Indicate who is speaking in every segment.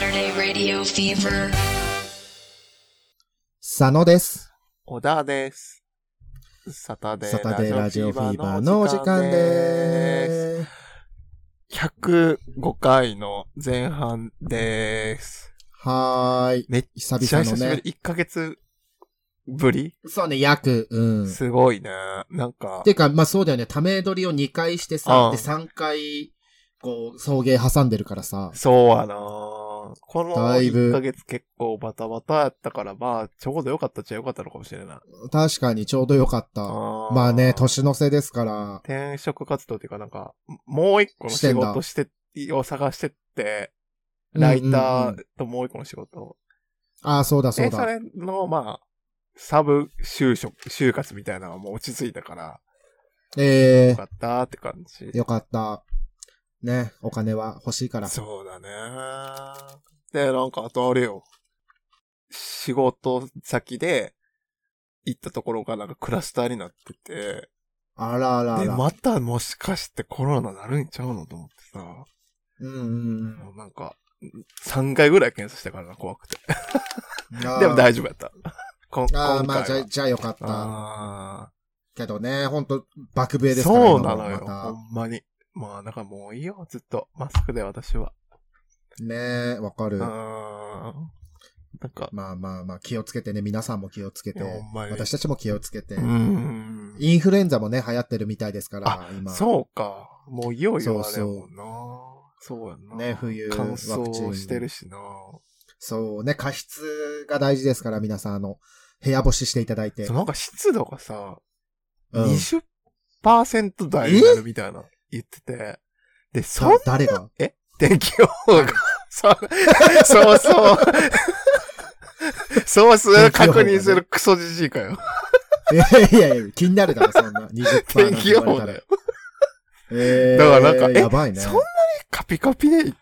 Speaker 1: Radio Fever.
Speaker 2: 佐野です。
Speaker 3: 小田です。サタデー
Speaker 2: サタデーラジオフィーバーの
Speaker 3: の
Speaker 2: お
Speaker 3: お
Speaker 2: 時
Speaker 3: 時
Speaker 2: 間
Speaker 3: 間で
Speaker 2: です。
Speaker 3: す。105回の前半です。
Speaker 2: はーい。
Speaker 3: めっ
Speaker 2: 久
Speaker 3: ちゃ
Speaker 2: 々
Speaker 3: 久
Speaker 2: の
Speaker 3: しぶ
Speaker 2: ね。
Speaker 3: り、1ヶ月ぶり、
Speaker 2: そうね、約、うん。
Speaker 3: すごいね。なんか、
Speaker 2: てか、まあそうだよね、ため撮りを2回してさ、
Speaker 3: うん
Speaker 2: で3回、こう、送迎挟んでるからさ。
Speaker 3: そうやなこの
Speaker 2: だいぶ
Speaker 3: 1ヶ月結構バタバタやったから、まあ、ちょうどよかったっちゃよかったのかもしれない。
Speaker 2: 確かにちょうどよかった。
Speaker 3: あー
Speaker 2: まあね、年の瀬ですから。
Speaker 3: 転職活動っていうかなんか、もう一個の仕事して、を探してって、ライ
Speaker 2: う
Speaker 3: タ
Speaker 2: んうんうん
Speaker 3: ーともう一個の仕事を。
Speaker 2: ああ、そうだそう
Speaker 3: で、そ
Speaker 2: だ。
Speaker 3: れの、まあ、サブ就職、就活みたいなのはもう落ち着いたから、
Speaker 2: え
Speaker 3: よかったって感じ
Speaker 2: ー、。よかった。ね、お金は欲しいから。
Speaker 3: そうだね。で、なんか、あとあれよ。仕事先で、行ったところがなんかクラスターになってて、
Speaker 2: あらあらあ
Speaker 3: で、
Speaker 2: ら。
Speaker 3: またもしかしてコロナなるんちゃうのと思ってさ、
Speaker 2: うんうんうん。
Speaker 3: もうなんか、3回ぐらい検査したからな、怖くて。で
Speaker 2: で
Speaker 3: も大丈夫やった。こん今回は
Speaker 2: あーあー、まあ、じゃあ、じゃあよかった。
Speaker 3: あー
Speaker 2: けどね、ほんと、爆笛ですから
Speaker 3: そうなのよ、
Speaker 2: 今はま
Speaker 3: ほんまに。まあ、だからもういいよ、ずっと。マスクで私は。
Speaker 2: たねえ、わか
Speaker 3: う
Speaker 2: る。
Speaker 3: ーん。なんか、
Speaker 2: まあまあまあ、気をつけてね、皆さんも気をつけて
Speaker 3: いやほんま、に
Speaker 2: 私たちも気をつけて
Speaker 3: うー。ん。
Speaker 2: インフルエンザもね、流行ってるみたいですから
Speaker 3: あ、
Speaker 2: 今。
Speaker 3: そうか。もういよいよあれ
Speaker 2: そ
Speaker 3: や
Speaker 2: う
Speaker 3: もんな。そうやんな。
Speaker 2: ね冬
Speaker 3: 乾
Speaker 2: ワクチン
Speaker 3: 燥してるしな。
Speaker 2: そうね、加湿が大事ですから、皆さん、あの、部屋干ししていただいて
Speaker 3: そう。なんか湿度がさ、
Speaker 2: うん
Speaker 3: 20%台になるみたいな言ってて。で、そん
Speaker 2: だ誰が
Speaker 3: 天気予報が、そう、そうそう。そうする、確認するクソじじいかよ。
Speaker 2: いやいやいや、気になるだろ、そんな。20%
Speaker 3: 天 気予報
Speaker 2: なん
Speaker 3: だ
Speaker 2: て言われたら
Speaker 3: よ。
Speaker 2: えー、
Speaker 3: だからなんかえ
Speaker 2: やばいね。
Speaker 3: そんなに カピカピで、い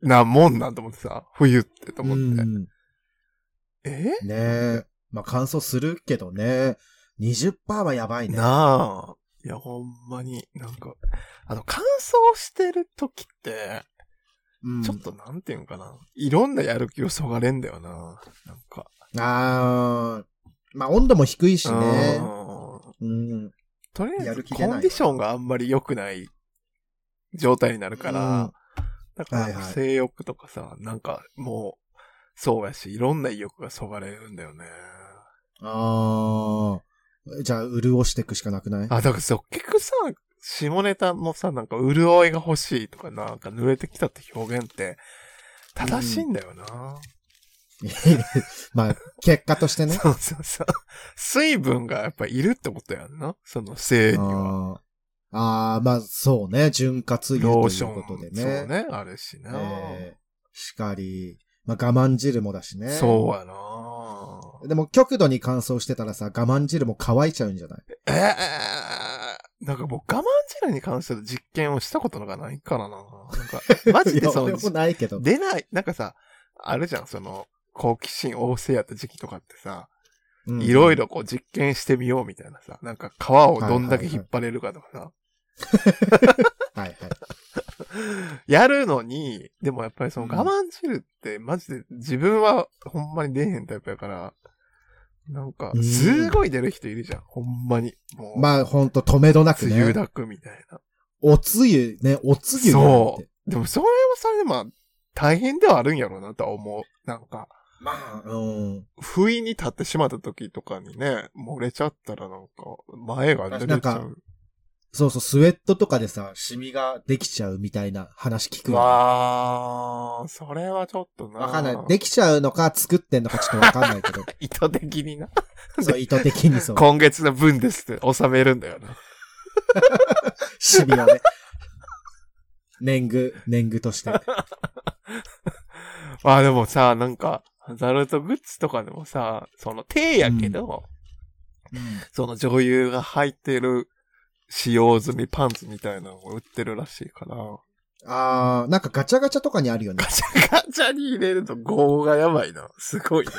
Speaker 3: なもんなんと思ってさ、冬ってと思って。
Speaker 2: うん
Speaker 3: え
Speaker 2: ねえ。まあ、乾燥するけどね。20%はやばいね。
Speaker 3: なあ。いや、ほんまに、なんか、あの、乾燥してる時って、
Speaker 2: うん
Speaker 3: ちょっとなんていうんかな。いろんなやる気をそがれんだよな。なんか。
Speaker 2: あー。まあ、温度も低いしね。
Speaker 3: うん
Speaker 2: うん。
Speaker 3: とり
Speaker 2: や
Speaker 3: あえず
Speaker 2: る気
Speaker 3: コ
Speaker 2: 出ないわ
Speaker 3: ンディションがあんまり良くない状態になるから、
Speaker 2: うん
Speaker 3: だか
Speaker 2: はい
Speaker 3: ら
Speaker 2: はい
Speaker 3: 性欲とかさ、なんかもう、そうやし、いろんな意欲がそがれるんだよね。
Speaker 2: あー。じゃあ、潤していくしかなくない
Speaker 3: あ、だからそう、結局さ、下ネタもさ、なんか潤いが欲しいとか、なんか濡れてきたって表現って、正しいんだよな。
Speaker 2: まあ、結果としてね。
Speaker 3: そうそうそう。水分がやっぱいるってことやんな。その性には。
Speaker 2: あーあー、まあ、そうね。潤滑油
Speaker 3: ロ
Speaker 2: と
Speaker 3: ー
Speaker 2: い
Speaker 3: ション
Speaker 2: うことでね。
Speaker 3: そうね、あるしな。
Speaker 2: えーしかり。まあ、我慢汁もだしね。
Speaker 3: そうやな。
Speaker 2: う。でも、極度に乾燥してたらさ、我慢汁も乾いちゃうんじゃない
Speaker 3: えー、なんかもう我慢汁に関する実験をしたことがないからな。なん か、マジでそ
Speaker 2: いや
Speaker 3: の
Speaker 2: 俺、もないけど。
Speaker 3: 出ない、なんかさ、あるじゃん、その、好奇心旺盛やった時期とかってさ、
Speaker 2: うん
Speaker 3: いろい。ろこう実験してみようみたいなさ、なんか皮をどんだけ引っ張れるかとかさ、
Speaker 2: はいはい。
Speaker 3: やるのに、でもやっぱりその我慢汁ってマジで自分はほんまに出えへんタイプやから、なんか、すごい出る人いるじゃん、ほんまに。もう、
Speaker 2: まあ、ほんと、止めどなく
Speaker 3: 梅雨
Speaker 2: ね。
Speaker 3: だくみたいな。
Speaker 2: おつゆ、ね、おつゆなん
Speaker 3: そ
Speaker 2: て。
Speaker 3: う。でもそれはそれでまあ、大変ではあるんやろうなとは思う。なんか、
Speaker 2: まあ、うん。
Speaker 3: 不意に立ってしまった時とかにね、漏れちゃったらなんか、前が濡れちゃ
Speaker 2: なん
Speaker 3: う。
Speaker 2: そうそう、スウェットとかでさ、シミができちゃうみたいな話聞く
Speaker 3: う
Speaker 2: よね
Speaker 3: わー、それはちょっとな。
Speaker 2: わかんない。できちゃうのか作ってんのかちょっとわかんない けど。
Speaker 3: 意図的にな。
Speaker 2: そう、意図的にそう。
Speaker 3: 今月の分ですって収めるんだよな。
Speaker 2: シミをね。年貢、年貢と して。
Speaker 3: まあでもさ、なんか、アダルトグッズとかでもさ、その手やけど、その女優が履いてる使用済みパンツみたいなのを売ってるらしいから。
Speaker 2: あー、なんかガチャガチャとかにあるよね
Speaker 3: ガ。チャガチャに入れると語がやばいな。すごいね。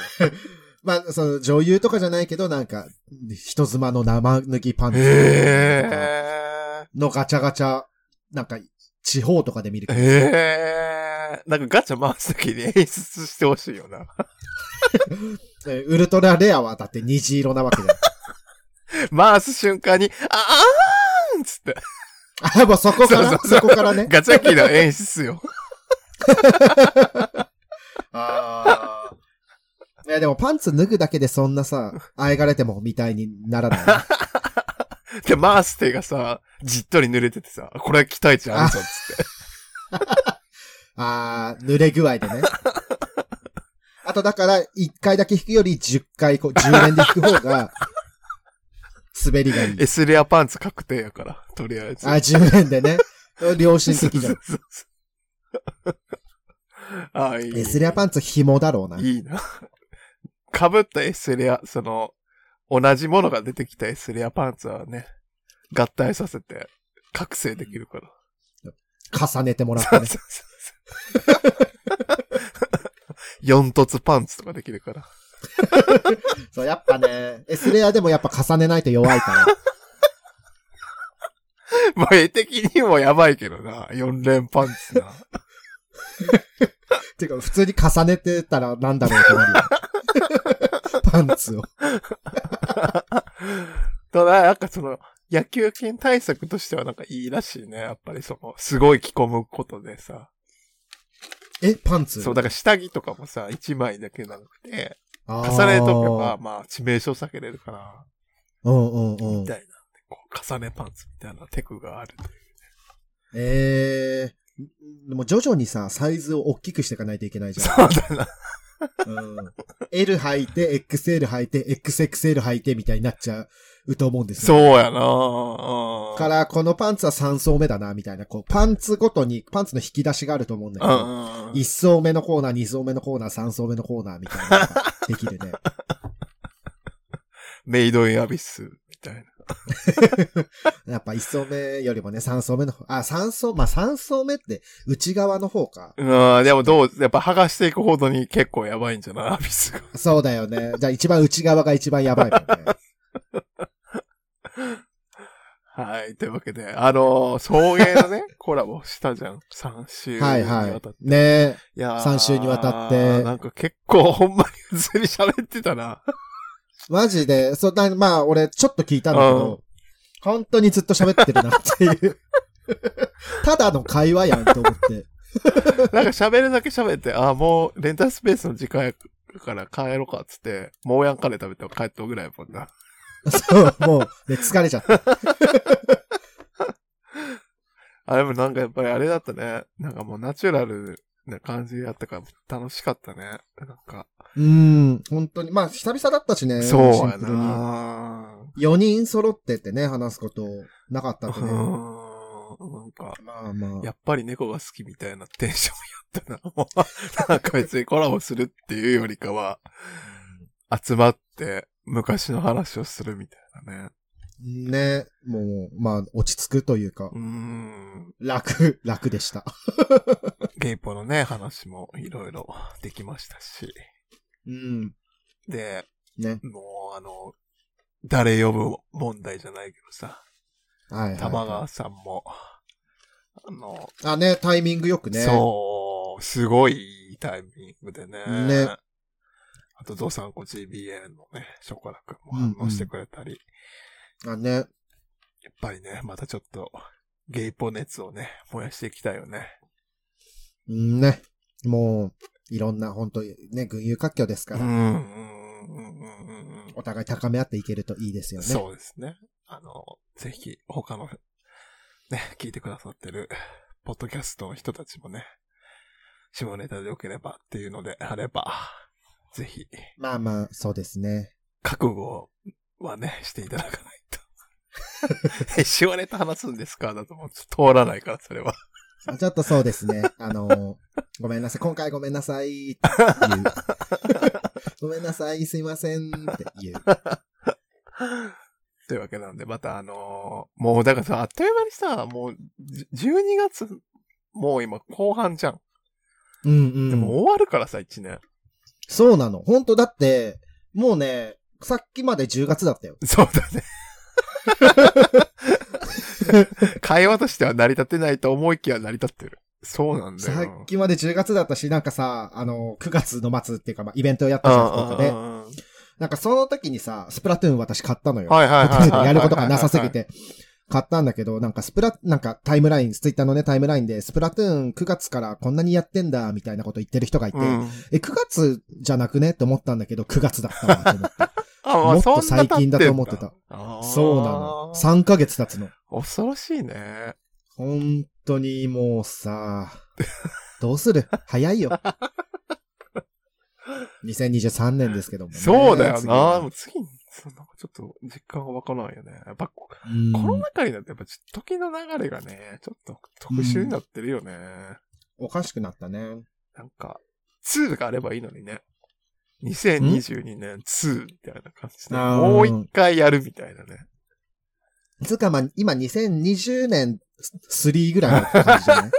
Speaker 2: まあ、その女優とかじゃないけど、なんか、人妻の生脱ぎパンツとか
Speaker 3: へ
Speaker 2: のガチャガチャ、なんか、地方とかで見る
Speaker 3: え。
Speaker 2: けど
Speaker 3: へね。なんかガチャ回すときに演出してほしいよな。
Speaker 2: えウルトラレアはだって虹色なわけ じゃん。
Speaker 3: 回す瞬間に、ああーんっつって。
Speaker 2: あ、もうそこからそ
Speaker 3: そ
Speaker 2: う
Speaker 3: そうそう
Speaker 2: こからね。
Speaker 3: ガチャキの演出よ。
Speaker 2: あ あ。いや、でもパンツ脱ぐだけでそんなさ、あえがれてもみたいになら ない。
Speaker 3: で、回す手がさ、じっとり濡れててさ、これ期待値あるぞっつって。
Speaker 2: ああ、濡れ具合でね。あとだから、1回だけ引くより10回、こう、10連で引く方が、滑りがいい。
Speaker 3: S レアパンツ確定やから、とりあえず。
Speaker 2: あ、10連でね。良心的じゃん。
Speaker 3: そうそうそう。ああ、いい。
Speaker 2: エスレアパンツ紐だろうな。
Speaker 3: いいな。かぶったエスレア、その、同じものが出てきたエスレアパンツはね、合体させて、覚醒できるから。
Speaker 2: 重ねてもらってね。
Speaker 3: そうそうそう四突パンツとかできるから。
Speaker 2: そう、やっぱね、エスレアでもやっぱ重ねないと弱いから。
Speaker 3: まあ、絵的にもやばいけどな。四連パンツな。
Speaker 2: てか、普通に重ねてたらなんだろうってなる よパンツを。
Speaker 3: ただ、なんかその、野球拳対策としてはなんかいいらしいね。やっぱりその、すごい着込むことでさ。
Speaker 2: え、パンツ
Speaker 3: そう、だから下着とかもさ、一枚だけなくて、
Speaker 2: あー
Speaker 3: 重ねとけば、。まあ、致命傷避けれるから、
Speaker 2: うんうんう
Speaker 3: み
Speaker 2: ん。
Speaker 3: たいな。こう、重ねパンツみたいなテクがある。
Speaker 2: えー、でも徐々にさ、サイズを大きくしていかないといけないじゃん。
Speaker 3: そうだな。
Speaker 2: うん、L 履いて、XL 履いて、XXL 履いてみたいになっちゃうと思うんです
Speaker 3: そ
Speaker 2: よ。
Speaker 3: うや
Speaker 2: か
Speaker 3: な
Speaker 2: ら、このパンツは3層目だな、みたいな、こう、パンツごとに、パンツの引き出しがあると思うんだけ
Speaker 3: うん
Speaker 2: ど、
Speaker 3: うんうん。
Speaker 2: 1層目のコーナー、2層目のコーナー、3層目のコーナーみたいなのができるね。
Speaker 3: メイドインアビス、みたいな。
Speaker 2: やっぱ1層目よりもね、3層目の方、あ、3層、まあ3層目って内側の方か。
Speaker 3: うん、でもどう、やっぱ剥がしていくほどに結構やばいんじゃないア ビスが。
Speaker 2: そうだよね。じゃあ一番内側が一番やばいもんね。
Speaker 3: はい。というわけで、あのー、送迎 のね、コラボしたじゃん。3週にわ
Speaker 2: は
Speaker 3: たっ
Speaker 2: い
Speaker 3: て。、
Speaker 2: はいい。ね
Speaker 3: やー
Speaker 2: 三週にわたって
Speaker 3: なんか結構、ほんまに普通に喋ってたな。
Speaker 2: マジで、そうだ、まあ俺ちょっと聞いたんだけ
Speaker 3: うん
Speaker 2: ど、本当にずっと喋ってるなっていう。 ただの会話やんと思って。
Speaker 3: なんか喋るだけ喋って、あー、もう、レンタルスペースの時間やから帰ろうかっつって、もうやんカレー食べて帰ったぐらいやもんな。
Speaker 2: そう、もう、ね、疲れちゃった。
Speaker 3: あ、でもなんかやっぱりあれだったね。なんかもうナチュラルな感じやったから楽しかったね。なんか、
Speaker 2: うん、本当に。まあ久々だったしね。
Speaker 3: そう
Speaker 2: シン
Speaker 3: や
Speaker 2: プルに
Speaker 3: な
Speaker 2: 4人揃っててね、話すことなかったんで
Speaker 3: う
Speaker 2: ね。
Speaker 3: ん。なんか、
Speaker 2: まあまあ。
Speaker 3: やっぱり猫が好きみたいなテンションやったな。もうなんか別にコラボするっていうよりかは、集まって昔の話をするみたいなね。
Speaker 2: ね、もう、まあ、落ち着くというか
Speaker 3: う、ーん。
Speaker 2: 楽、楽でした。
Speaker 3: ゲイポのね、話もいろいろできましたし。
Speaker 2: うん。
Speaker 3: で、
Speaker 2: ね。
Speaker 3: もうあの、誰呼ぶ問題じゃないけどさ、
Speaker 2: はい、はい。
Speaker 3: 玉川さんも、あの、
Speaker 2: あ、ね、タイミングよくね。
Speaker 3: そう、すごいいいタイミングでね。
Speaker 2: ね
Speaker 3: あと、ゾウさんこ GBA のね、ショコラ君も反応してくれたり、
Speaker 2: う。あ、ね。
Speaker 3: やっぱりね、またちょっと、ゲイポ熱をね、燃やしていきたいよね。
Speaker 2: うんね。もう、いろんな、本当にね、群雄割拠です
Speaker 3: う
Speaker 2: か
Speaker 3: ん、
Speaker 2: ら、
Speaker 3: うん、うん、うん、うん。
Speaker 2: お互い高め合っていけるといいですよね。
Speaker 3: そうですね。あの、ぜひ、他の、ね、聞いてくださってる、ポッドキャストの人たちもね、下ネタで良ければっていうのであれば、ぜひ、
Speaker 2: まあまあ、そうですね。
Speaker 3: 覚悟はね、していただかないと。え、下ネタ話すんですかだともう通らないから、それは。
Speaker 2: あちょっとそうですね。 あのーごめんなさい。今回ごめんなさいって言う。 ごめんなさい、すいませんって言 う。
Speaker 3: というわけなんで、またあのーもうだからさ、あっという間にさ、もう、じ12月、もう今後半じゃん。
Speaker 2: うんうん。
Speaker 3: でも終わるからさ、1年。
Speaker 2: そうなの。本当だって、もうね、さっきまで10月だったよ。
Speaker 3: そうだね。会話としては成り立ってないと思いきや成り立ってる。そうなんだよ。
Speaker 2: さっきまで10月だったし、なんかさ、あの、9月の末っていうか、まあ、イベントをやった
Speaker 3: う
Speaker 2: じゃ
Speaker 3: ん
Speaker 2: ん、福岡で
Speaker 3: う。んうんうん
Speaker 2: なんかその時にさ、スプラトゥーン私買ったのよ。
Speaker 3: はいはいはいはいはいはいはい
Speaker 2: やることがなさすぎて。買ったんだけど、なんかスプラ、なんかタイムライン、ツイッターのね、タイムラインで、スプラトゥーン9月からこんなにやってんだ、みたいなこと言ってる人がいて、
Speaker 3: うん。
Speaker 2: え、9月じゃなくねって思ったんだけど、9月だったわ、と思って。
Speaker 3: あ
Speaker 2: もっと最近だと思ってた。
Speaker 3: あー
Speaker 2: そうなの。3ヶ月経つの。
Speaker 3: 恐ろしいね。
Speaker 2: 本当にもうさ、どうす る早いよ。2023年ですけども、ね。
Speaker 3: そうだよ
Speaker 2: 次
Speaker 3: な。
Speaker 2: は
Speaker 3: もう次に、そうなんかちょっと実感がわからないよね。やっぱこ、
Speaker 2: うん
Speaker 3: コロナ禍になってやっぱち時の流れがね、ちょっと特殊になってるよね。
Speaker 2: おかしくなったね。
Speaker 3: なんか、2があればいいのにね。2022年2みたいな感じで、
Speaker 2: あー
Speaker 3: もう一回やるみたいなね。
Speaker 2: つうかまあ、今2020年3ぐらいの感じじゃ ない
Speaker 3: い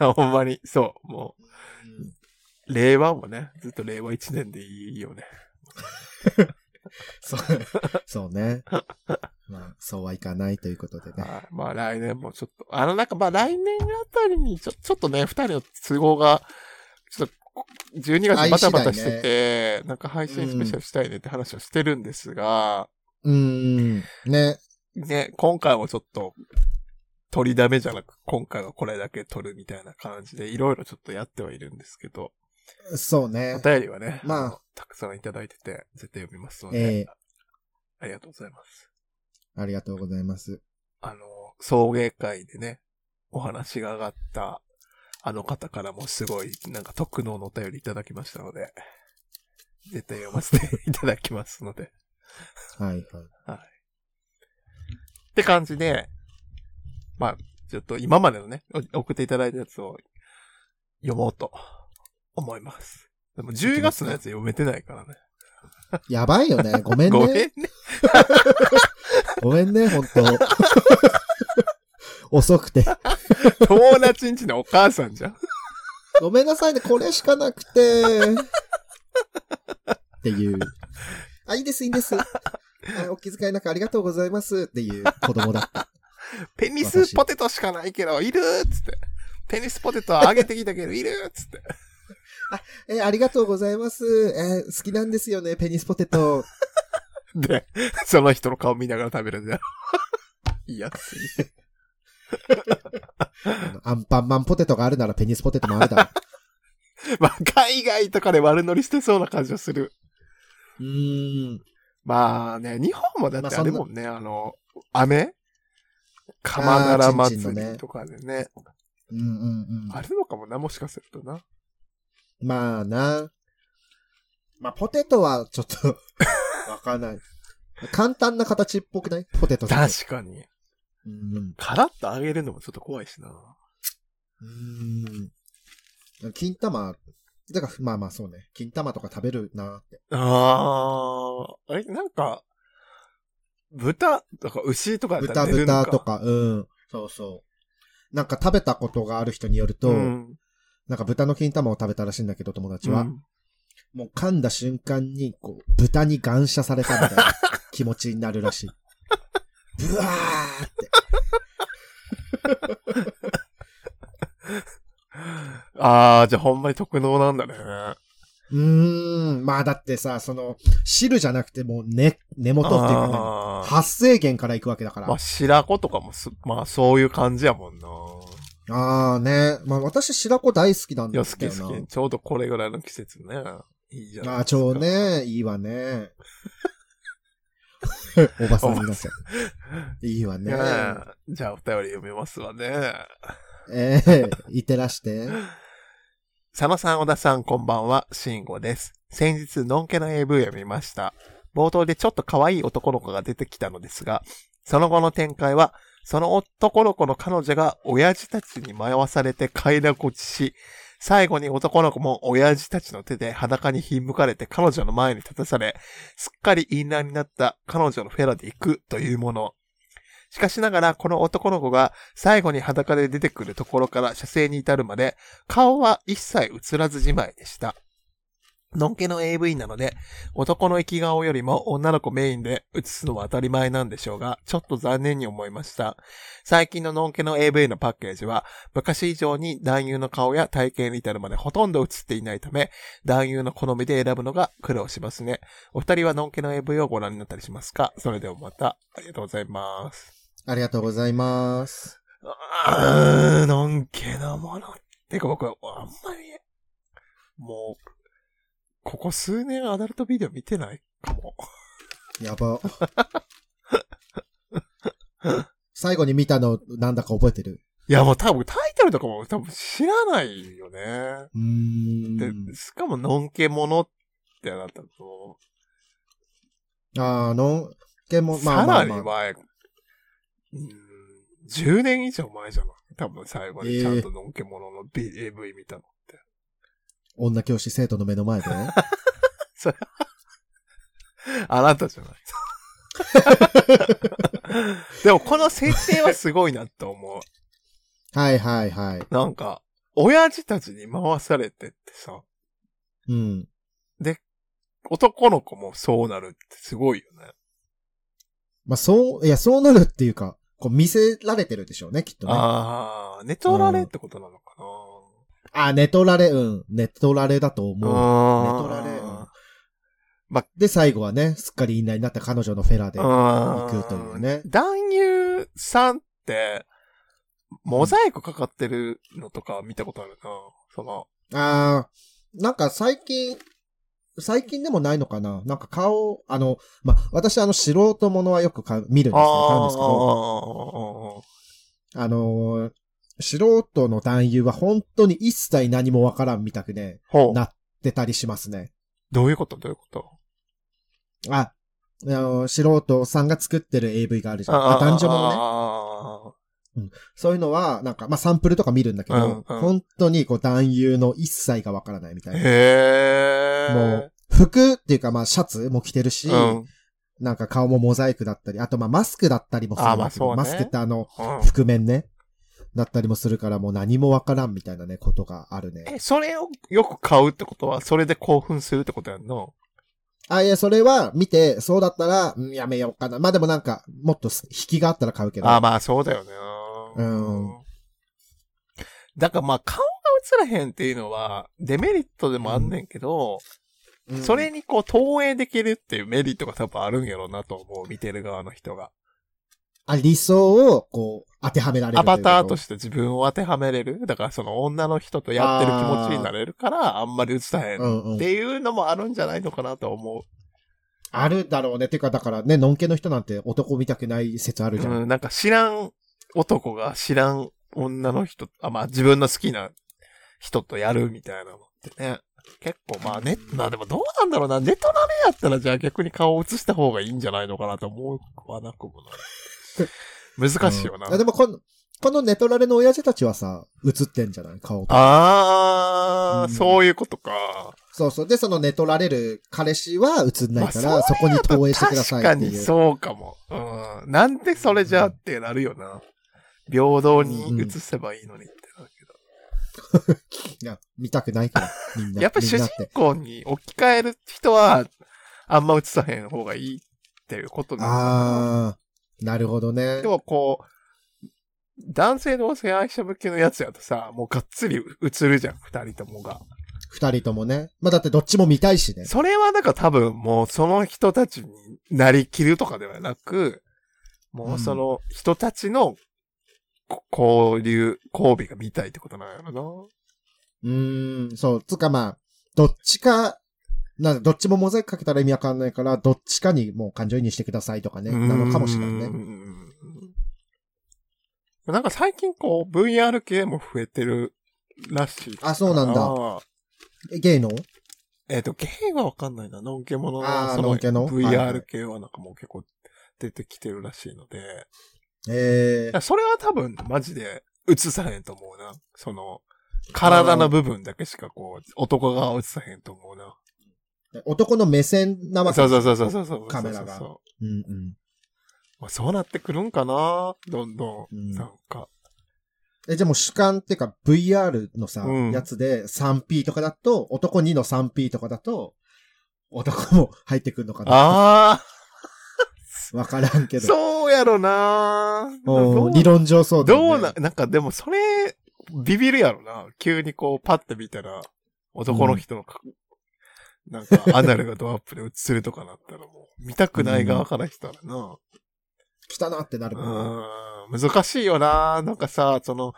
Speaker 3: や、ほんまに、そう、もう、令和もね、ずっと令和1年でいいよね。
Speaker 2: そう、そうね。まあ、そうはいかないということでね。
Speaker 3: はいまあ来年もちょっと、あのなんかまあ来年あたりにちょちょっとね、二人の都合が、ちょっと、12月バタバタしてて、なんか配信スペシャルしたいねって話をしてるんですが、
Speaker 2: うーん。ね。
Speaker 3: ね、今回もちょっと、取りだめじゃなく、今回はこれだけ取るみたいな感じで、いろいろちょっとやってはいるんですけど、
Speaker 2: そう
Speaker 3: お
Speaker 2: ね。
Speaker 3: 便りはね、
Speaker 2: まあ
Speaker 3: の、たくさんいただいてて、絶対読みますの
Speaker 2: え
Speaker 3: で、
Speaker 2: え
Speaker 3: ありがとうございます。
Speaker 2: ありがとうございます。
Speaker 3: あの、送迎会でね、お話が上がった、あの方からもすごい、なんか特能のお便りいただきましたので、絶対読ませていただきますので。っ
Speaker 2: はいはい。
Speaker 3: て感じで、まあ、ちょっと今までのね、お送っていただいたやつを読もうと思います。でも10月のやつ読めてないからね。
Speaker 2: やばいよね。ごめん
Speaker 3: ご
Speaker 2: ね。
Speaker 3: めんね。
Speaker 2: ごめんね、ほん と。遅くて。
Speaker 3: 友達んちのお母さんじゃん。
Speaker 2: ごめんなさいね、これしかなくて。っていう。あ、いいです、いいです。あお気遣いなくありがとうございます。っていう子供だった。
Speaker 3: ペニスポテトしかないけど、いるーっつって。ペニスポテトあげてきたけど、いるーっつって。
Speaker 2: え、ありがとうございます。え好きなんですよね、ペニスポテト。
Speaker 3: で、 その人の顔見ながら食べるんだよ。 いやつい。
Speaker 2: あのアンパンマンポテトがあるならペニスポテトもあるだろ
Speaker 3: まあ、海外とかで悪乗りしてそうな感じがする。
Speaker 2: う。うーん。
Speaker 3: まあね、日本もだっ
Speaker 2: まあ
Speaker 3: て
Speaker 2: そ
Speaker 3: あ
Speaker 2: んな
Speaker 3: れもんね、あの、飴釜なら祭
Speaker 2: ちんちんのね
Speaker 3: りとかでね。
Speaker 2: うんうん
Speaker 3: あるのかもな、もしかするとな。
Speaker 2: うん。まあな。まあ、ポテトはちょっと、わかんない。簡単な形っぽくないポテトって
Speaker 3: 確かに。
Speaker 2: うんうん。
Speaker 3: カラッと揚げるのもちょっと怖いしな。
Speaker 2: うーん。金玉、だから、まあまあそうね。金玉とか食べるなって。
Speaker 3: あー、あれ、なんか、豚とか牛とかだった
Speaker 2: 豚
Speaker 3: ら出るの
Speaker 2: 豚と。か、うん。そうそう。なんか食べたことがある人によると、
Speaker 3: うん。
Speaker 2: なんか豚の金玉を食べたらしいんだけど、友達
Speaker 3: う
Speaker 2: は。
Speaker 3: ん
Speaker 2: もう噛んだ瞬間に、こう、豚に感謝されたみたいな気持ちになるら しい。ブワーって。
Speaker 3: あー、じゃあほんまに特能なんだね。
Speaker 2: うーん。まあだってさ、その、汁じゃなくてもう根、根元っていうか
Speaker 3: あ
Speaker 2: 何
Speaker 3: ー
Speaker 2: 発生源から行くわけだから。
Speaker 3: まあ、白子とかもす、まあ、そういう感じやもんな。
Speaker 2: ああね。まあ私白子大好きなん
Speaker 3: い
Speaker 2: だ
Speaker 3: や、
Speaker 2: よ
Speaker 3: 好き
Speaker 2: な。
Speaker 3: 好き。ちょうどこれぐらいの季節ね。いいじゃん。
Speaker 2: ああ、超。ね、 いいわね。おばさんになっちゃう。いいわ
Speaker 3: ね
Speaker 2: ね。
Speaker 3: えじゃあ、お便り読みますわね。
Speaker 2: ええいってらして。
Speaker 3: 佐野さん、小田さん、こんばんは、慎吾です。先日、のんけの AV を見ました。冒頭でちょっと可愛い男の子が出てきたのですが、その後の展開は、その男の子の彼女が親父たちに迷わされて快楽落ちし、最後に男の子も親父たちの手で裸にひんむかれて彼女の前に立たされ、すっかりインナーになった彼女のフェラで行くというもの。しかしながら、この男の子が最後に裸で出てくるところから射精に至るまで、顔は一切映らずじまいでした。のんけの AV なので、男の生き顔よりも女の子メインで映すのは当たり前なんでしょうが、ちょっと残念に思いました。最近ののんけの AV のパッケージは、昔以上に男優の顔や体型に至るまでほとんど映っていないため、男優の好みで選ぶのが苦労しますね。お二人はのんけの AV をご覧になったりしますかそれではまた、ありがとうございます。
Speaker 2: ありがとうございます。
Speaker 3: あー、のんけのもの。てか僕、あんまり、もう、ここ数年アダルトビデオ見てないかも。
Speaker 2: やば。最後に見たの、なんだか覚えてる
Speaker 3: いや、もう多分タイトルとかも多分知らないよね。
Speaker 2: うー
Speaker 3: で
Speaker 2: ん。、
Speaker 3: しかも、のんけものってなったと、
Speaker 2: あー、のんけも、まあ
Speaker 3: さ
Speaker 2: ま
Speaker 3: ら
Speaker 2: あ、
Speaker 3: に
Speaker 2: まあ、
Speaker 3: 前、うん、10年以上前じゃない多分最後にちゃんとのんけものの B、AV 見たのって。
Speaker 2: 女教師生徒の目の前で。
Speaker 3: あなたじゃない。 でもこの設定はすごいなと思う。
Speaker 2: はいはいはい。
Speaker 3: なんか、親父たちに回されてってさ、
Speaker 2: うん。
Speaker 3: 男の子もそうなるってすごいよね。
Speaker 2: まあそう、いや、そうなるっていうか、こう見せられてるでしょうね、きっとね。あ
Speaker 3: ああ、寝取られってことなのかな。
Speaker 2: あー、寝取られ、うん。寝取られだと思う。
Speaker 3: あ
Speaker 2: 寝取
Speaker 3: ー
Speaker 2: られうんで、最後はね、すっかり引退になった彼女のフェラで。
Speaker 3: 行
Speaker 2: 行くというね
Speaker 3: 男優さんって、モザイクかかってるのとか見たことあるな。その、
Speaker 2: あー、なんか最近、最近でもないのかななんか顔、あの、ま、私あの素人ものはよくか見るんですけど、買うんですけど、
Speaker 3: あ
Speaker 2: あのー素人の男優は本当に一切何もわからんみたくね、
Speaker 3: あ、ほう
Speaker 2: な。出たりしますね。
Speaker 3: どういうことどういうこと
Speaker 2: あ、あのー素人さんが作ってる AV があるじゃん。あ男女ものね。そういうのは、なんか、まあ、サンプルとか見るんだけど、
Speaker 3: うんうん
Speaker 2: 本当にこう男優の一切がわからないみたいな。
Speaker 3: へえ。
Speaker 2: もう、服っていうかまあ、シャツも着てるし、
Speaker 3: うん、
Speaker 2: なんか顔もモザイクだったり、あとまあ、マスクだったりもするんだけど
Speaker 3: あまあそうね
Speaker 2: マスクってあの、
Speaker 3: うん
Speaker 2: 覆面ね。だったりもするから、もう何もわからんみたいなね、ことがあるね。
Speaker 3: え、それをよく買うってことは、それで興奮するってことやんの
Speaker 2: あ、いや、それは見て、そうだったら、うんやめようかな。まあでもなんか、もっと引きがあったら買うけど。
Speaker 3: あまあそうだよね。
Speaker 2: うん。
Speaker 3: だからまあ顔が映らへんっていうのは、デメリットでもあんねんけど、
Speaker 2: うん
Speaker 3: それにこう投影できるっていうメリットが多分あるんやろうなと思う、見てる側の人が。
Speaker 2: あ、理想を、こう、当てはめられる
Speaker 3: アバターと
Speaker 2: して。
Speaker 3: して自分を当てはめれるだからその女の人とやってる気持ちになれるから、あんまり映らへん
Speaker 2: うんう
Speaker 3: っ
Speaker 2: ん
Speaker 3: て。いうのもあるんじゃないのかなと思
Speaker 2: あるだろうね。ていうか、だからね、のんけの人なんて男見たくない説あ
Speaker 3: う。
Speaker 2: るじゃん。
Speaker 3: うん、なんか知らん男が知らん女の人、あ、まあ自分の好きな人とやるみたいなのってね。結構まあね、まあでもどうなんだろうな。ネトラメやったらじゃあ逆に顔を映した方がいいんじゃないのかなと思うはなくも ない。難しいよな。
Speaker 2: うんあでも、この、このネトラレの親父たちはさ、映ってんじゃない顔が。
Speaker 3: あー、
Speaker 2: うん
Speaker 3: そういうことか。
Speaker 2: そうそう。で、そのネトラレる彼氏は映んないから、
Speaker 3: まあ
Speaker 2: そこに投影してくださ
Speaker 3: 確
Speaker 2: い
Speaker 3: か
Speaker 2: って
Speaker 3: に
Speaker 2: いう。
Speaker 3: そうかも。うん。なんでそれじゃあってなるよな。平等に映せばいいのにってなるけど。
Speaker 2: いや、見たくない から、みんな。
Speaker 3: やっぱり主
Speaker 2: みんな
Speaker 3: 人
Speaker 2: って
Speaker 3: 公に置き換える人は、あんま映さへん方がいいっていうことな
Speaker 2: あー、なるほどね。
Speaker 3: のでもこう、男性同性愛者向けのやつやとさ、もうがっつり映るじゃん、二人ともが。
Speaker 2: 二人ともね。まあ、だってどっちも見たいしね。
Speaker 3: それはなんか多分もうその人たちになりきるとかではなく、もうその人たちのこ交流、交尾が見たいってことなんやろ
Speaker 2: うーん、そう。つうかまあ、どっちか、なんかどっちもモザイクかけたら意味わかんないから、どっちかにもう感情移入してくださいとかね、
Speaker 3: な。
Speaker 2: なのかもしれないうね。
Speaker 3: んなんか最近こう VR 系も増えてるらしい。
Speaker 2: あ、そうなんだ。
Speaker 3: だ。
Speaker 2: えゲイの
Speaker 3: えっ、と、ゲーはわかんないな。のんけもの
Speaker 2: あー
Speaker 3: そ
Speaker 2: のんけのはいは
Speaker 3: VR
Speaker 2: い
Speaker 3: 系はなんかもう結構出てきてるらしいので。
Speaker 2: え
Speaker 3: い
Speaker 2: ー
Speaker 3: や、それは多分、マジで、映さへんと思うな。その、体の部分だけしかこう、男側は映さへんと思うな。
Speaker 2: 男の目線なわけ。
Speaker 3: そうそうそうそうそうそう。
Speaker 2: カメラが
Speaker 3: そう
Speaker 2: うんうん。
Speaker 3: まあそうなってくるんかなどんど
Speaker 2: うん
Speaker 3: ん。なんか。
Speaker 2: え、じゃあもう主観っていうか VR のさ、
Speaker 3: うん
Speaker 2: やつで 3P とかだと、男2の 3P とかだと、男も入ってくるのかな
Speaker 3: あ
Speaker 2: わからんけ
Speaker 3: あ、
Speaker 2: ど。
Speaker 3: そうやろな
Speaker 2: お
Speaker 3: ど
Speaker 2: ー
Speaker 3: う
Speaker 2: 理論上そうだ、ね。
Speaker 3: どうな、なんかでもそれ、ビビるやろな。急にこう、パッて見たら、男の人のか、なんか、アナルがドアップで映るとかなったらもう、見たくない側からしたらな。
Speaker 2: 来たなってなる
Speaker 3: う
Speaker 2: もん。
Speaker 3: ーん、難しいよな。なんかさ、その、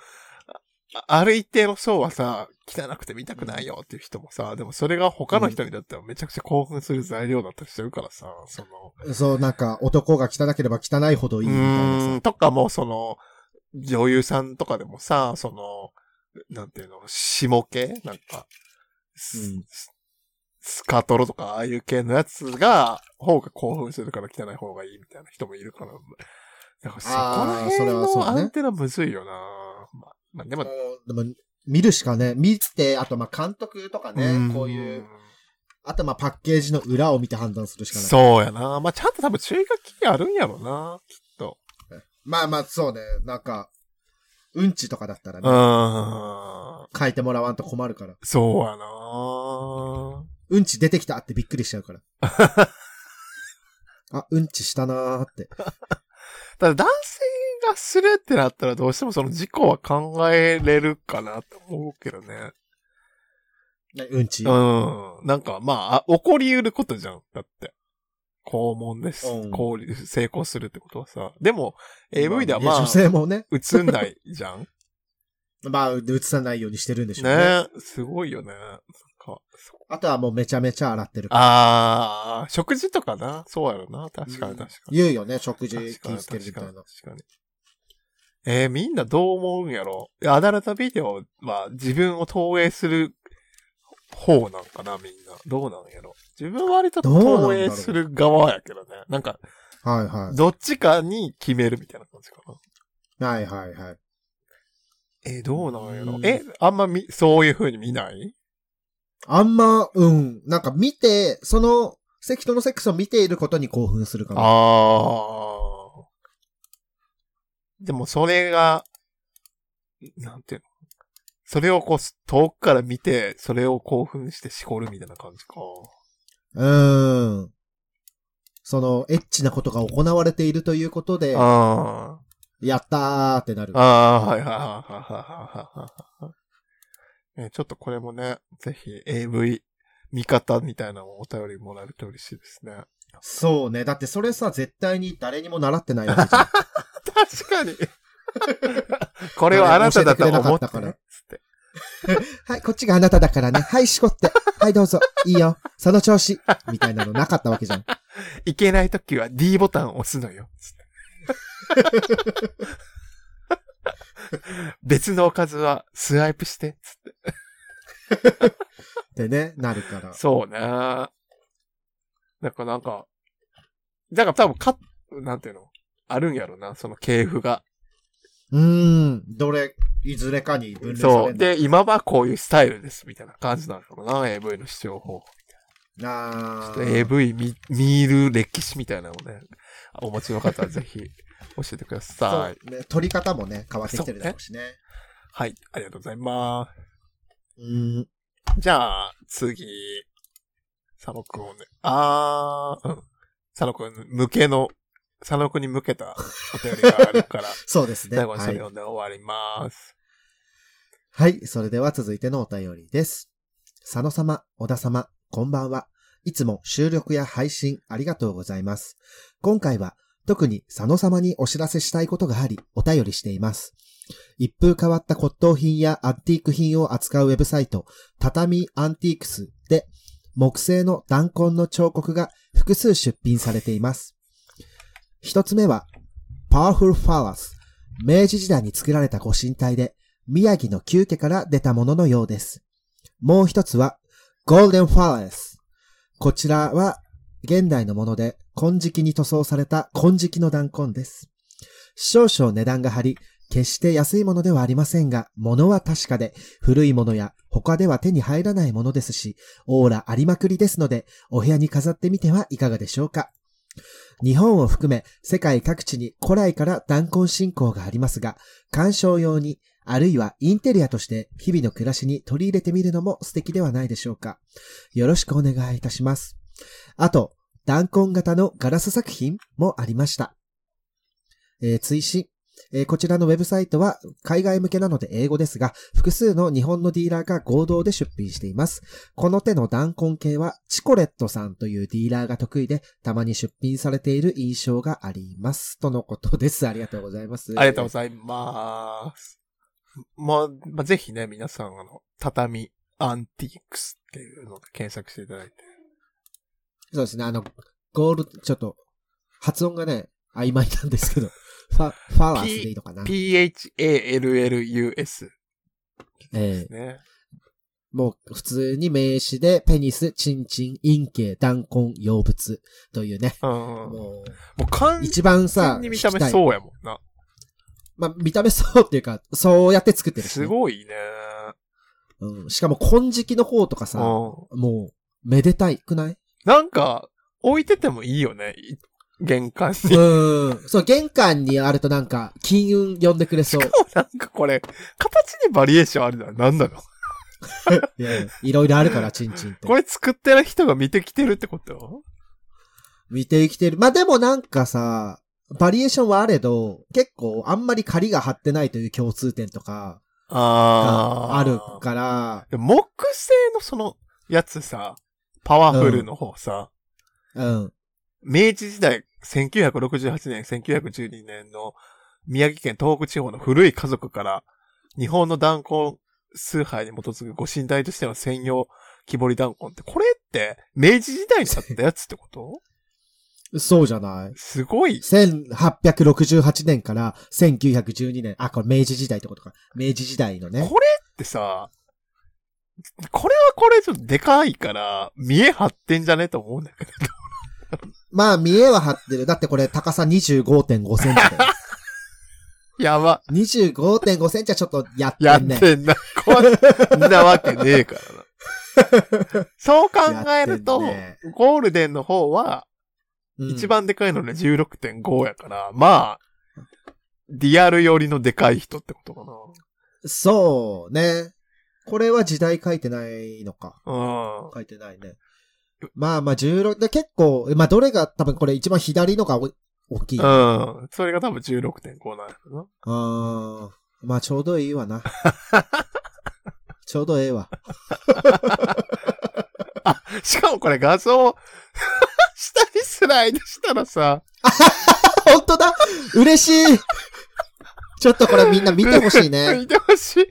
Speaker 3: あある一定の層はさ、汚くて見たくないよっていう人もさ、でもそれが他の人にだったらめちゃくちゃ興奮する材料だったりしてるからさ、その、
Speaker 2: そう、なんか男が汚ければ汚いほどいいみたいな
Speaker 3: うー
Speaker 2: さ
Speaker 3: ん。とかも、その、女優さんとかでもさ、その、なんていうの、下系なんか、ス
Speaker 2: うん
Speaker 3: ススカトロとか、ああいう系のやつが、方が興奮するから汚い方がいいみたいな人もいるから。だからそこら
Speaker 2: あーそ
Speaker 3: 辺
Speaker 2: れはそう
Speaker 3: の
Speaker 2: だね
Speaker 3: アンテナむずいよな、まあ、まあ、でも、
Speaker 2: もうでも、見るしかね、見て、あとまあ監督とか
Speaker 3: ー
Speaker 2: ね
Speaker 3: ん、
Speaker 2: こういう、あとまあパッケージの裏を見て判断するしかない。
Speaker 3: そうやな。まあ、ちゃんと多分注意書きあるんやろな。
Speaker 2: まあまあ、そうね、なんか、うんちとかだったら
Speaker 3: う
Speaker 2: ね、
Speaker 3: ーん。
Speaker 2: 書いてもらわんと困るから。
Speaker 3: そうやな。
Speaker 2: うんち出てきたってびっくりしちゃう から。あ、うんちしたなーって。
Speaker 3: ただ男性がするってなったらどうしてもその事故は考えれるかなと思うけどね。
Speaker 2: ねうんち。
Speaker 3: うん。なんかまあ、あ起こり得ることじゃん。だって。肛門です。
Speaker 2: うん
Speaker 3: 効率成功するってことはさ。でも、AV では
Speaker 2: ね
Speaker 3: ま
Speaker 2: 女
Speaker 3: あ、
Speaker 2: 性もね、
Speaker 3: 映んないじゃ ん。ね
Speaker 2: まあ、映さないようにしてるんでしょうね。
Speaker 3: すごいよね。なんかそう
Speaker 2: あとはもうめちゃめちゃ洗ってるから。
Speaker 3: あー、食事とかな。そうやろな。確かに確かに。
Speaker 2: 言うよね、食事
Speaker 3: 確
Speaker 2: 気
Speaker 3: か
Speaker 2: を
Speaker 3: に
Speaker 2: つけるみ
Speaker 3: 確
Speaker 2: た
Speaker 3: か
Speaker 2: い
Speaker 3: に
Speaker 2: な。
Speaker 3: 確かに。えーみんなどう思うんやろアダルトビデオは自分を投影する方なんかな、みんな。どうなんやろ自分は割と
Speaker 2: どうなんだろう
Speaker 3: 投影する側やけどね。なんか、
Speaker 2: はいは
Speaker 3: どっちかに決めるみたいな感じかな。
Speaker 2: い。はいはいはい。
Speaker 3: えーどうなんやろ
Speaker 2: うん
Speaker 3: え、あんまみ、そういう風に見ない
Speaker 2: あんま、うん。なんか見て、その、セキとのセックスを見ていることに興奮するかも。
Speaker 3: ああ。でもそれが、なんていうのそれをこう、遠くから見て、それを興奮してしこるみたいな感じか。
Speaker 2: うーん。その、エッチなことが行われているということで、
Speaker 3: あ
Speaker 2: やったーってなる
Speaker 3: あ。。ああー、はいはいはいはいはいはいはい。ねちょっとこれもね、ぜひ AV 見方みたいなのをお便りもらえると嬉しいですね。
Speaker 2: そうね。だってそれさ、絶対に誰にも習ってないわけじゃん。
Speaker 3: 確かに これはあなただと思ってね。つって
Speaker 2: はい、こっちがあなただからね。はい、しこって。はい、どうぞ。いいよ。その調子。みたいなのなかったわけじゃん。
Speaker 3: いけないときは D ボタンを押す のよ。つって別のおかずはスワイプして。つって
Speaker 2: ってね、なるから。
Speaker 3: そうね。なんかなんか、だから多分か、なんていうのあるんやろな、その系譜が。
Speaker 2: うーん。どれ、いずれかに分類され
Speaker 3: そ
Speaker 2: る
Speaker 3: う。
Speaker 2: んだ。
Speaker 3: で、今はこういうスタイルです、みたいな感じなのかな、AV の視聴法。ちょ
Speaker 2: あ
Speaker 3: っと
Speaker 2: ー
Speaker 3: AV 見、見る歴史みたいなのをね、お持ちの方はぜひ教えてください。
Speaker 2: そうね、取り方もね、変わってきてるだろうしね。
Speaker 3: はい、ありがとうございます。
Speaker 2: うーん。
Speaker 3: じゃあ、次、佐野くんをね、あー、うん。佐野くん向けの、佐野くんに向けたお便りがあるから、
Speaker 2: そうです ね。
Speaker 3: 最後に
Speaker 2: は
Speaker 3: それ
Speaker 2: い
Speaker 3: 読んで終わります。
Speaker 2: はい。それでは続いてのお便りです。佐野様、小田様、こんばんは。いつも収録や配信ありがとうございます。今回は特に佐野様にお知らせしたいことがあり、お便りしています。一風変わった骨董品やアンティーク品を扱うウェブサイト、畳アンティークスで、木製の弾痕の彫刻が複数出品されています。一つ目は、パワフルファース。明治時代に作られたご神体で、宮城の旧家から出たもののようです。もう一つは、ゴールデンファーレス。こちらは、現代のもので、金色に塗装された金色の弾痕です。少々値段が張り、決して安いものではありませんが、物は確かで、古いものや他では手に入らないものですし、オーラありまくりですので、お部屋に飾ってみてはいかがでしょうか。日本を含め世界各地に古来から弾痕信仰がありますが、鑑賞用にあるいはインテリアとして日々の暮らしに取り入れてみるのも素敵ではないでしょうか。よろしくお願いいたします。あと、弾痕型のガラス作品もありました。えー追伸。えーこちらのウェブサイトは海外向けなので英語ですが、複数の日本のディーラーが合同で出品しています。この手の弾痕系はチコレットさんというディーラーが得意で、たまに出品されている印象があります。とのことです。ありがとうございます。
Speaker 3: ありがとうございます。まあ、まあ、ぜひね、皆さん、あの、畳、アンティークスっていうので検索していただいて。
Speaker 2: そうですね、あの、ゴール、ちょっと、発音がね、曖昧なんですけど、 ファ、ファーアスでいいのかな。
Speaker 3: phallus
Speaker 2: ええ
Speaker 3: ね。
Speaker 2: もう、普通に名詞で、ペニス、チンチン、陰茎、弾痕、妖物というね。
Speaker 3: うん。も
Speaker 2: も
Speaker 3: う完
Speaker 2: う、一番さ
Speaker 3: 全、に見た目
Speaker 2: 聞きい
Speaker 3: そうやもんな。
Speaker 2: まあ、見た目そうっていうか、そうやって作ってるし、
Speaker 3: す
Speaker 2: ね。
Speaker 3: ごいね。
Speaker 2: うん。しかも、金色の方とか
Speaker 3: う
Speaker 2: さ、
Speaker 3: ん。
Speaker 2: もう、めでたいくない
Speaker 3: なんか、置いててもいいよね。い玄関に。し
Speaker 2: うん。そう、玄関にあるとなんか、金運呼んでくれそう
Speaker 3: か。もなんかこれ、形にバリエーションあるのは何なの
Speaker 2: いやいやいろいろあるから、チンチンって
Speaker 3: こ。れ作ってる人が見てきてるってこと
Speaker 2: 見てきてる。まあ、でもなんかさ、バリエーションはあれど、結構あんまり狩りが張ってないという共通点とかがあるから、
Speaker 3: でも木製のそのやつさ、パワフルの方さ、
Speaker 2: うん。
Speaker 3: 明治時代、1968年、1912年の宮城県東北地方の古い家族から、日本の断根崇拝に基づくご神体としての専用木彫り断根って、これって明治時代にあったやつってこと
Speaker 2: そうじゃない
Speaker 3: すごい。
Speaker 2: 1868年から1912年。あ、これ明治時代ってことか。明治時代のね。
Speaker 3: これってさ、これはこれちょっとでかいから、見え張ってんじゃねと思うんだけど。
Speaker 2: まあ、見えは張ってる。だってこれ高さ25.5センチだよ。
Speaker 3: やば。
Speaker 2: 25.5センチはちょっとやっ
Speaker 3: や
Speaker 2: て
Speaker 3: っ
Speaker 2: んね。
Speaker 3: てんな。こんなわけねえから な。そう考えると、
Speaker 2: やって
Speaker 3: ゴールデンの方は、
Speaker 2: うん
Speaker 3: 一。番でかいのね、16.5やから、まあ、リアル寄りのでかい人ってことか
Speaker 2: そうね。これは時代書いてないのか。
Speaker 3: な。うん。
Speaker 2: 書いてないね。まあまあ16、で結構、まあどれが多分これ一番左のがお大きい。あ
Speaker 3: うん。それが多分16.5なんやろな。
Speaker 2: ーまあちょうどいい わな。ちょうどええわ。
Speaker 3: しかもこれ画像、下にスライドしたらさ、
Speaker 2: 本当だ嬉しいちょっとこれみんな見てほしいね。
Speaker 3: 見てほしい。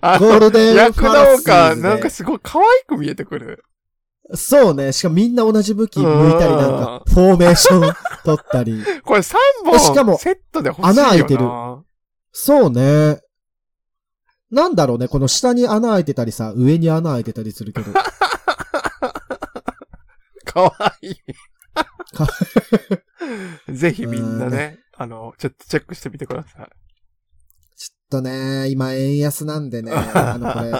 Speaker 3: あ
Speaker 2: ゴー
Speaker 3: の、
Speaker 2: ルデン
Speaker 3: 躍
Speaker 2: カラ
Speaker 3: 動
Speaker 2: スー
Speaker 3: 感、
Speaker 2: ズ
Speaker 3: なんか
Speaker 2: です
Speaker 3: ごい可愛く見えてくる。
Speaker 2: そうね。しかもみんな同じ武器向いたりなんか、フォーメーション 取ったり。
Speaker 3: これ3
Speaker 2: しかも
Speaker 3: 本セットで欲しいよな。
Speaker 2: 穴開いてるそうね。なんだろうね。この下に穴開いてたりさ、上に穴開いてたりするけど。
Speaker 3: かわい
Speaker 2: か
Speaker 3: い。ぜひみんなね、あの、ちょっとチェックしてみてください。
Speaker 2: ちょっとね、今円安なん でね、あのこれ、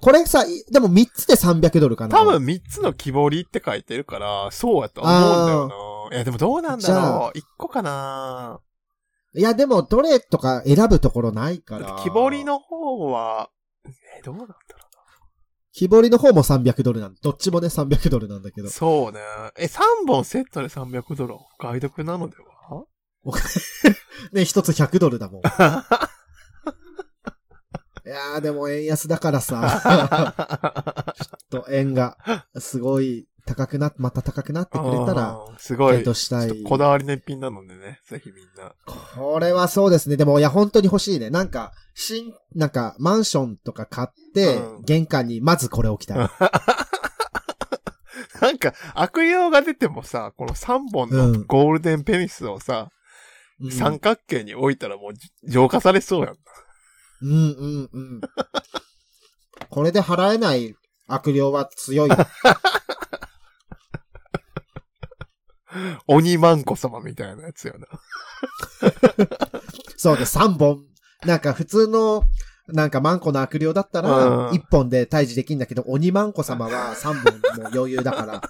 Speaker 2: これさ、いでも3つで300ドルかな。
Speaker 3: 多分3つの木彫りって書いてるから、そうやと思うんだよな。いや、でもどうなんだ
Speaker 2: じゃ
Speaker 3: ろう。1個かない
Speaker 2: や、でもどれとか選ぶところないか
Speaker 3: だっ
Speaker 2: ら。
Speaker 3: て木彫り。の方は、え、どうなんだろ
Speaker 2: 木彫りの方も300ドルなんどっちもね300ドルなんだけ
Speaker 3: う。
Speaker 2: ど。
Speaker 3: そうね。え、3本セットで300ドルお買い得なのでは
Speaker 2: ね、一つ100ドルだ もん。いやー、でも円安だから さ、ちょっと円がすごい高くな、また高 くなってくれたら、
Speaker 3: うん、すごい、
Speaker 2: 検討したい
Speaker 3: ちょっとこだわりの一品なのでね、ぜひみんな。
Speaker 2: これはそうですね。でも、いや、本当に欲しいね。なんか、新、なんか、マンションとか買って、
Speaker 3: うん
Speaker 2: 玄関にまずこれ置きたい。
Speaker 3: なんか、悪用が出てもさ、この3本のゴールデンペニスをさ、
Speaker 2: うん
Speaker 3: 三角形に置いたらもうじ浄化されそうやん。
Speaker 2: うんうんうん。これで払えない悪霊は強い よ。
Speaker 3: 鬼マンコ様みたいなやつやな。
Speaker 2: そうで、3本。なんか普通の、なんかマンコの悪霊だった
Speaker 3: うん
Speaker 2: ら、1本で退治できんだけど、鬼マンコ様は3本もう余裕だ から。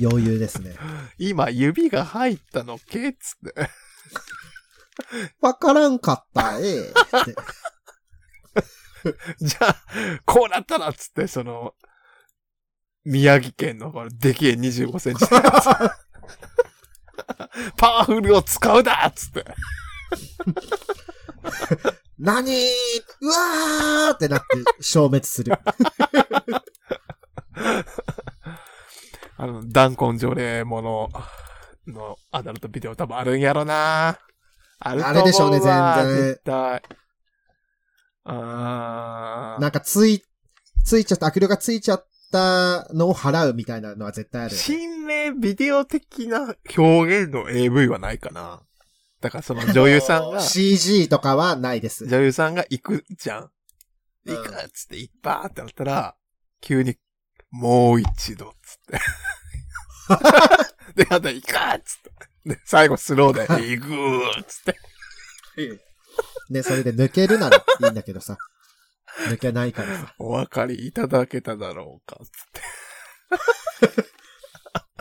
Speaker 2: 余裕ですね。
Speaker 3: 今、指が入ったのけっつって。
Speaker 2: わからんかった、ええ。って
Speaker 3: じゃあ、こうなったらっつって、その、宮城県のこのでけえ25セン チのやつパワフルを使うだっつって。
Speaker 2: 何ーうわーってなって消滅 する。
Speaker 3: あの、弾痕条例もののアダルトビデオ多分あるんやろなあると思うわ
Speaker 2: あるでしょうね全然
Speaker 3: 絶対。あー。
Speaker 2: なんかつい、ついちゃった、悪霊がついちゃったのを払うみたいなのは絶対ある。、
Speaker 3: 心霊ビデオ的な表現の AV はないかなだからその女優さんが
Speaker 2: CG とかはないです。
Speaker 3: 女優さんが行くじゃん。
Speaker 2: うん
Speaker 3: 行くっつって、いっぱーってなったら、急に、もう一度っつって。で、あと行くっつって。で、最後スローで、行くーっつって。
Speaker 2: ね、それで抜けるならいいんだけどさ。 抜けないからさ。
Speaker 3: お分かりいただけただろうかっつって。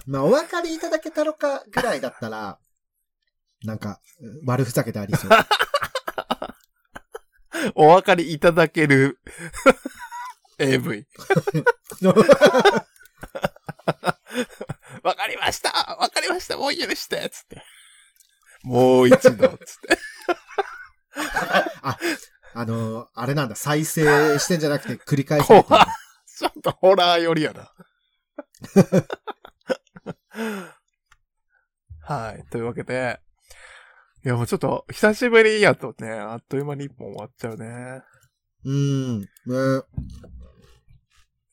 Speaker 2: まあ、お分かりいただけたのかぐらいだったら、なんか、悪ふざけでありそう。
Speaker 3: お分かりいただける AV。わかりましたわかりましたもう許してつって。もう一度つって。
Speaker 2: あのーあれなんだ、再生してんじゃなくて繰り返して る
Speaker 3: 怖ちょっとホラー寄りや な。はい。というわけで。いや、もうちょっと、久しぶりやとね、あっという間に一本終わっちゃうね。
Speaker 2: うーん。ね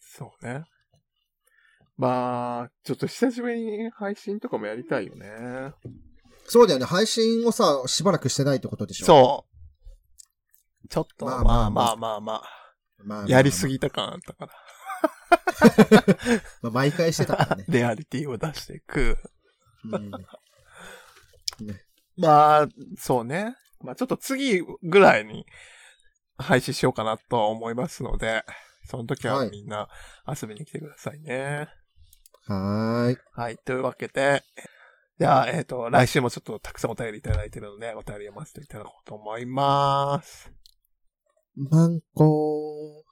Speaker 3: そうね。まあ、ちょっと久しぶりに配信とかもやりたいよね。
Speaker 2: そうだよね、配信をさ、しばらくしてないってことでしょ。
Speaker 3: そう。ちょっと、
Speaker 2: ま
Speaker 3: ま
Speaker 2: あ
Speaker 3: あ
Speaker 2: ま
Speaker 3: ま
Speaker 2: あ
Speaker 3: あ
Speaker 2: まあ
Speaker 3: まあまあま
Speaker 2: う。まあ
Speaker 3: あ、やりす
Speaker 2: ぎ。
Speaker 3: ぎた感あったから。。
Speaker 2: まあ毎回してたからね
Speaker 3: レアリティを出していく。
Speaker 2: うん
Speaker 3: まあ、そうね。まあちょっと次ぐらいに配信しようかなとは思いますので、その時
Speaker 2: は
Speaker 3: はいみんな遊びに来てくださいね。
Speaker 2: はーい。
Speaker 3: はい。というわけで、じゃあ、えっ、と、来週もちょっとたくさんお便りいただいてるので、お便り読ませていただこうと思います。
Speaker 2: マンコー。